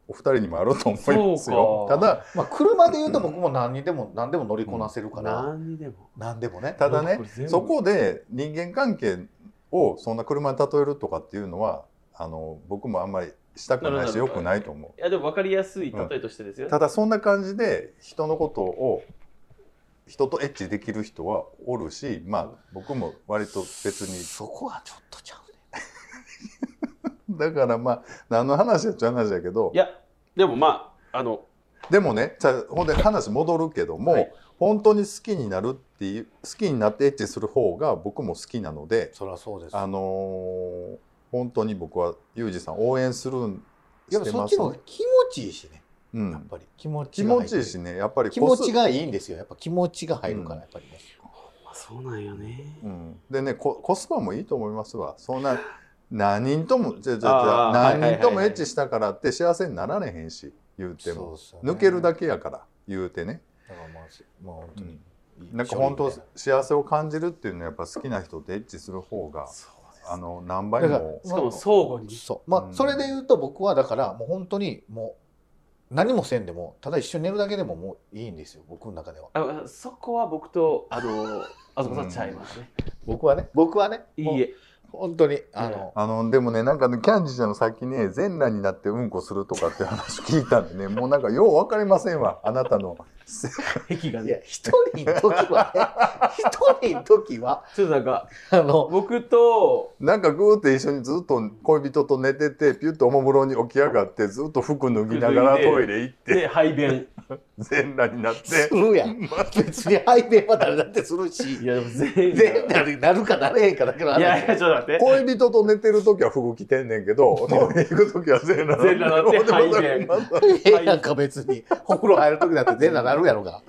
Speaker 1: お二人にもあると思いますよ
Speaker 2: そうか
Speaker 1: ただ
Speaker 3: まあ車で言うと僕も何にでも何でも乗りこなせるから
Speaker 2: 何にでも
Speaker 3: 何でもね
Speaker 1: ただね
Speaker 2: これ全部
Speaker 1: そこで人間関係をそんな車に例えるとかっていうのはあの僕もあんまりしたくないし
Speaker 2: なる
Speaker 1: 良
Speaker 2: ほど
Speaker 1: くないと思
Speaker 2: いやでも分かりやすい例えとしてですよ、
Speaker 1: うただそんな感じで人のことを人とエッチできる人はおるしまあ僕も割と別に
Speaker 3: そこはちょっとちゃうね
Speaker 1: だからまあ何の話やっちゃ話やけど
Speaker 2: いやでもまああの
Speaker 1: でもねじゃあほんで話戻るけども、
Speaker 2: はい
Speaker 1: 本当に好きになるっていう好きになってエッチする方が僕も好きなので
Speaker 3: そりゃそうです
Speaker 1: あのー本当に僕はユージさん応援するん
Speaker 3: やっ
Speaker 1: して
Speaker 3: ぱそっ
Speaker 1: ま
Speaker 3: ち
Speaker 1: す
Speaker 3: の方
Speaker 1: の
Speaker 3: が
Speaker 1: で、
Speaker 3: 気持ちいいしね
Speaker 1: う
Speaker 3: やっ
Speaker 1: ん、
Speaker 3: ぱり気持
Speaker 1: 気
Speaker 3: ちが入
Speaker 1: 持
Speaker 3: って
Speaker 1: ちいいしねやっぱり
Speaker 3: 気持ち
Speaker 1: こ
Speaker 3: がいいんですよやっぱ気持ちが入るからやっぱりね
Speaker 2: まあそうなんよね
Speaker 1: す、うん、でねココスパもいいと思いますわそんな何人と
Speaker 3: <laughs>
Speaker 1: もじゃじゃじゃ
Speaker 2: あ
Speaker 1: 何
Speaker 2: ー
Speaker 1: 人と
Speaker 2: はいはいはい
Speaker 1: も
Speaker 2: は
Speaker 1: エ
Speaker 2: い
Speaker 1: ッチしたからって幸せになられへんし言うて
Speaker 3: そう
Speaker 1: も
Speaker 3: っすよね
Speaker 1: 抜けるだけやから言うてね、
Speaker 3: だからまあまあ本当にいい
Speaker 1: なんか本当
Speaker 3: 勝利みたいな
Speaker 1: 幸せを感じるっていうのはやっぱ好きな人とエッチする方があの何倍
Speaker 3: だから
Speaker 1: も
Speaker 2: しかも相互に
Speaker 3: そうまあ、
Speaker 1: うん
Speaker 3: それで言うと僕はだからもう本当にもう何もせんでもただ一緒に寝るだけでももういいんですよ僕の中では
Speaker 2: あそこは僕とあのあそこさんちゃいますね、
Speaker 3: 僕はね僕はね
Speaker 2: い
Speaker 3: もう
Speaker 2: いえ
Speaker 3: 本当にあの、
Speaker 1: あのでもねなんかねキャンディーちゃんの先ね全裸になってうんこするとかって話聞いたんでね <laughs> もうなんかよう分かりませんわあなたの
Speaker 2: 壁が
Speaker 3: いや
Speaker 2: ね
Speaker 3: 一人の時はね一人の時は
Speaker 2: ちょっとなんか
Speaker 3: あの
Speaker 2: 僕と
Speaker 1: なんかグーって一緒にずっと恋人と寝ててピュッとおもむろに起き上がってずっと服脱ぎながらトイレ行って
Speaker 2: で排便
Speaker 1: 全裸になって
Speaker 3: するやん別に排便は誰だってするし
Speaker 2: いやでも全員
Speaker 3: 全裸になるかなれへんかだけの
Speaker 2: い
Speaker 3: 話
Speaker 2: やいやちょっと待って
Speaker 1: 恋人と寝てる時は服着てんねんけ
Speaker 2: <laughs>
Speaker 1: どトイレ行く時は全裸 <laughs>
Speaker 2: 全裸になって排便
Speaker 3: ええやんか別にお風呂入る時だって全裸なるやろが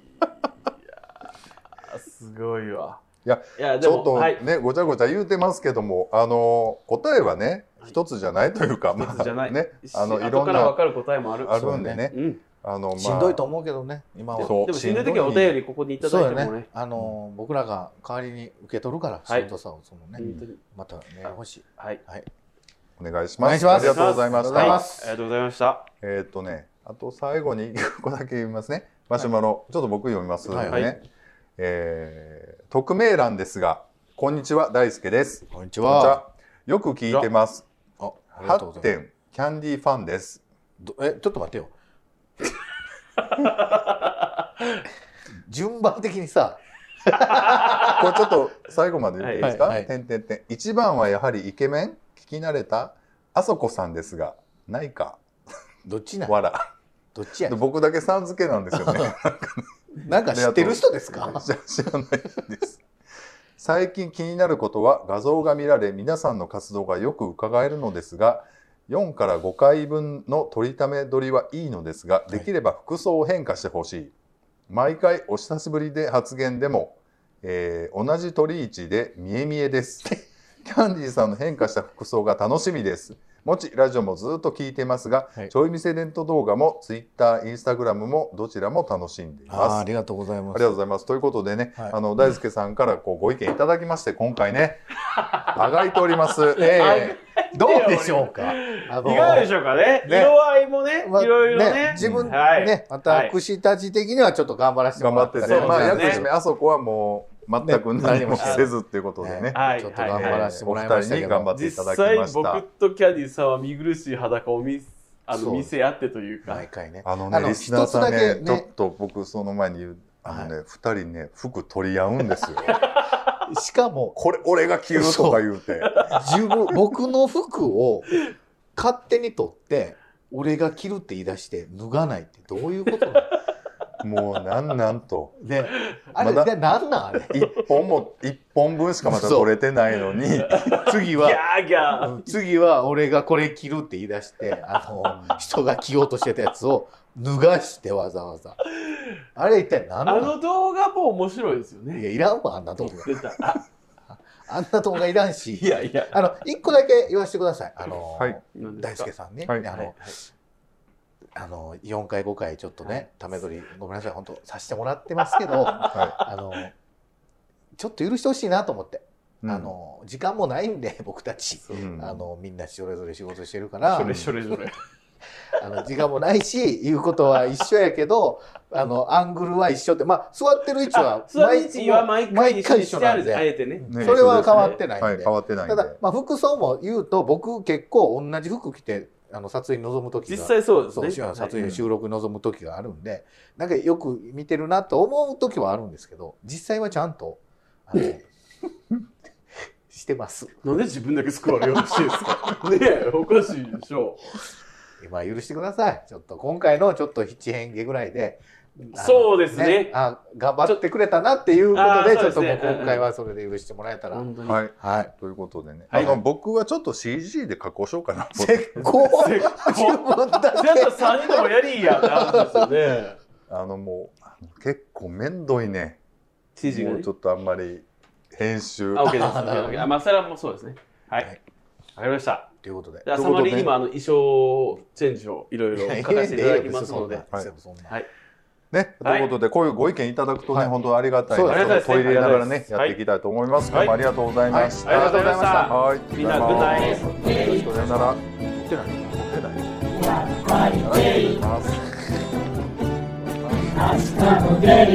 Speaker 2: あすごいわ
Speaker 1: いや
Speaker 2: いやで
Speaker 1: ち
Speaker 2: も
Speaker 1: ょっと
Speaker 2: はい
Speaker 1: ね、ごちゃごちゃ言うてますけども、あの答えはね、
Speaker 2: はい
Speaker 1: 一つじゃないというか、ま
Speaker 2: 一つじゃない、
Speaker 1: ね、あ
Speaker 2: あ
Speaker 1: の
Speaker 2: の
Speaker 1: い
Speaker 2: 後
Speaker 1: ろん
Speaker 2: から分
Speaker 1: な
Speaker 2: かる答えもある
Speaker 1: あるんでね、
Speaker 2: うん、
Speaker 1: あのまあ、
Speaker 3: しんどいと思うけどね今は
Speaker 1: そう
Speaker 2: でも死んだ時はお便りここにいただいてもね
Speaker 3: そうよねあのー、僕らが代わりに受け取るから、
Speaker 2: はい
Speaker 3: しんどさをそのね、
Speaker 2: 本当に
Speaker 3: またね欲しい
Speaker 2: はい
Speaker 1: お願いし
Speaker 3: お願
Speaker 1: ま
Speaker 3: いし
Speaker 1: す。あ
Speaker 3: ます
Speaker 1: りがとうございまし
Speaker 3: ありが
Speaker 1: た。
Speaker 3: す
Speaker 2: はい、ありがとうございました
Speaker 1: えーっとね、あと最後に <laughs> 1個だけ言いますね。マシュマロ、ちょっと僕読みますね。
Speaker 3: はい
Speaker 2: はい
Speaker 1: えー匿名欄ですが、こんにちは、大輔です。
Speaker 3: こんにち
Speaker 1: こんにちは。よく聞いてます。
Speaker 3: あありがとう
Speaker 1: 8
Speaker 3: ございま
Speaker 1: 点、キャンディーファンです。
Speaker 3: すどえちょっと待
Speaker 2: <laughs>
Speaker 3: ってよ順番的にさ
Speaker 1: これちょっと最後まで言っていいですか、
Speaker 3: はいはい
Speaker 1: 点点点一番はやはりイケメン聞き慣れたあそこさんですがないか
Speaker 3: どっちなん
Speaker 1: わら
Speaker 3: どっちや
Speaker 1: で僕だけさん付けなんですよね
Speaker 3: なんか知ってる人ですか
Speaker 1: 知ら知らないです最近気になることは画像が見られ皆さんの活動がよく伺えるのですが4から5回分の取りため取りはいいのですが、できれば服装を変化してほしい。毎回お久しぶりで発言でも、えー同じ取り位置で見え見え
Speaker 3: <laughs>
Speaker 1: です。キャンディーさんの変化した服装が楽しみです。もちラジオもずっと聞いてますが、
Speaker 3: はい
Speaker 1: ちょい見せ伝統動画もツイッター、インスタグラムもどちらも楽しんでいます。
Speaker 3: あーありがとうござい
Speaker 1: あ
Speaker 3: ま
Speaker 1: りが
Speaker 3: す
Speaker 1: とうございます。ということでね、
Speaker 3: はい
Speaker 1: あの大輔さんからこうご意見いただきまして、今回ね、あがいており
Speaker 3: <laughs>
Speaker 1: ます。え
Speaker 3: どうでしょうかあ
Speaker 2: いかがでしょうかね。
Speaker 3: ね
Speaker 2: 色合いもね、い
Speaker 3: まあ
Speaker 2: ろいろね。
Speaker 3: 自分、
Speaker 2: はい
Speaker 3: ね、私たち的にはちょっと頑張らせ
Speaker 1: ー
Speaker 3: ても
Speaker 1: 頑張
Speaker 3: ら
Speaker 1: っ
Speaker 3: っ
Speaker 1: たて
Speaker 3: り
Speaker 1: ね、
Speaker 2: そうですね
Speaker 1: まあ、
Speaker 3: や
Speaker 1: 約ですね、あそこはもう全く何も
Speaker 3: ね何も
Speaker 1: せずっていうことでね、
Speaker 2: はい
Speaker 3: ちょっと頑張らせても
Speaker 1: お
Speaker 3: らい
Speaker 1: 二
Speaker 3: まし
Speaker 1: 人
Speaker 3: た
Speaker 1: に
Speaker 3: けど、
Speaker 1: 頑張っていただ
Speaker 2: 実
Speaker 1: きま
Speaker 2: 際
Speaker 1: した。
Speaker 2: 僕とキャディさんは見苦しい裸を見あ
Speaker 3: そ
Speaker 2: の
Speaker 3: う
Speaker 2: 見せ合ってというか、
Speaker 3: 毎回ね。
Speaker 1: あのね、
Speaker 3: あの
Speaker 1: リスナーさん
Speaker 3: 一
Speaker 1: ね
Speaker 3: つだけね
Speaker 1: ちょっと僕その前に言う、あのね、二、人ね、服取り合うんです
Speaker 3: <laughs>
Speaker 1: よ。
Speaker 3: しかも、
Speaker 1: これ、俺が着るとか言うて。
Speaker 3: 自分、 <laughs> 僕の服を勝手に取って、俺が着るって言い出して脱がないってどういうこと <laughs> な
Speaker 1: もう、なんなんと。
Speaker 3: のね。あれ、
Speaker 1: まだ
Speaker 3: でなんなんあれ。
Speaker 1: 一本も、一本分しかまだ取れてないのに。
Speaker 3: 次
Speaker 2: ギ
Speaker 3: は、
Speaker 2: ャーギャー。
Speaker 3: 次は俺がこれ着るって言い出
Speaker 1: <laughs>
Speaker 3: して、あの、人が着ようとしてたやつを脱がしてわざわざ。あれ一体何な
Speaker 2: あ
Speaker 3: の
Speaker 2: の動画も面白いですよ
Speaker 3: い
Speaker 2: ね。
Speaker 3: や、いらんわ、あんな動画。
Speaker 2: 出た。あ
Speaker 3: あんな動画いらんし。
Speaker 2: いやいや。
Speaker 3: あの、一個だけ言わせてください。あの、
Speaker 1: はい
Speaker 2: なんで
Speaker 3: 大
Speaker 2: すか
Speaker 3: 輔さんね、
Speaker 1: はい
Speaker 3: あの、あの、4回5回ちょっとね、ため取り、ごめんなさい、本当させてもらってますけど、あ
Speaker 1: は
Speaker 3: の、ちょっと許してほしいなと思って、
Speaker 1: い。うん
Speaker 3: あ、の、時間もないんで、僕たち。
Speaker 1: うん
Speaker 3: あのみんなそれぞれ仕事してるから
Speaker 2: それそれそ <laughs> れ。
Speaker 3: あの時間もないし言うことは一緒やけどあのアングルは一緒ってまあ座ってる位置は
Speaker 2: あ座る位置は毎回一緒に
Speaker 3: 毎回一緒
Speaker 2: してある
Speaker 3: なん
Speaker 2: んです。あ
Speaker 3: で
Speaker 2: えてね。
Speaker 1: ね
Speaker 3: それは変わってないんで、
Speaker 1: はい、変わってないん
Speaker 3: た
Speaker 1: で。
Speaker 3: だ、まあ、服装も言うと僕結構同じ服着てあの撮影に臨む時が
Speaker 2: 実際そうです
Speaker 3: そう
Speaker 2: ね。
Speaker 3: 撮
Speaker 2: は
Speaker 3: 影
Speaker 2: い
Speaker 3: 収録に臨む時があるんでなんかよく見てるなと思う時はあるんですけど実際はちゃんと
Speaker 2: <laughs>
Speaker 3: あのしてます
Speaker 2: なんで自分だけ救われようとしてるんです <laughs> かねえ、おかしいでしょ
Speaker 3: 今許してくださいちょっと今回のちょっと七変化ぐらいであの
Speaker 2: そうですね
Speaker 3: あ頑張ってくれたなっていうことで
Speaker 2: ちょあー
Speaker 3: ちょっと
Speaker 2: そう
Speaker 3: も
Speaker 2: で
Speaker 3: う
Speaker 2: すね
Speaker 3: 今回はそれで許してもらえた
Speaker 2: う。
Speaker 3: ら、
Speaker 2: 本当に。
Speaker 1: はい。
Speaker 3: はい
Speaker 1: ということでね、
Speaker 2: はい
Speaker 1: あの僕はちょっと CG で加工しよう
Speaker 2: <laughs>
Speaker 1: かなと
Speaker 3: 絶好
Speaker 2: 絶 <laughs> 好
Speaker 3: 自分だけ
Speaker 2: 全部3人でもやりいやって話ですよ <laughs> ね。
Speaker 1: あのもうあの結構面倒いね
Speaker 2: 知事が
Speaker 1: もう
Speaker 2: ね
Speaker 1: ちょ。っとあんまり編集
Speaker 2: あ、OK です。
Speaker 3: あなるほど
Speaker 2: OK あ、まあ、それはもうそうですね。はい。わ、
Speaker 3: はい
Speaker 2: かりました。
Speaker 3: ということで
Speaker 2: じゃあ、
Speaker 1: とい
Speaker 2: サ
Speaker 1: うこ
Speaker 2: マ
Speaker 1: とで
Speaker 2: リーにもあの衣装チェンジをいろいろ書かせていただきますので。
Speaker 1: はい
Speaker 3: 全部そんな
Speaker 2: はい。
Speaker 1: ね、
Speaker 2: はい
Speaker 1: ということでこういうご意見いただくとね、
Speaker 3: はい
Speaker 1: 本当ありがたい
Speaker 3: そうで
Speaker 1: ち
Speaker 3: す
Speaker 1: ょっと取り入れながら
Speaker 2: あり
Speaker 1: ね
Speaker 2: が
Speaker 1: や
Speaker 2: た
Speaker 1: っ
Speaker 2: い
Speaker 1: ていき
Speaker 2: です
Speaker 1: たいと思います、
Speaker 2: は
Speaker 1: ど
Speaker 2: い
Speaker 1: うもありがとうございました、
Speaker 2: はいありがとうございました
Speaker 1: はい
Speaker 2: みんな、グッナイス。
Speaker 1: よろしくお願いします持ってない持ってないありがとうございます
Speaker 5: Hasta poder,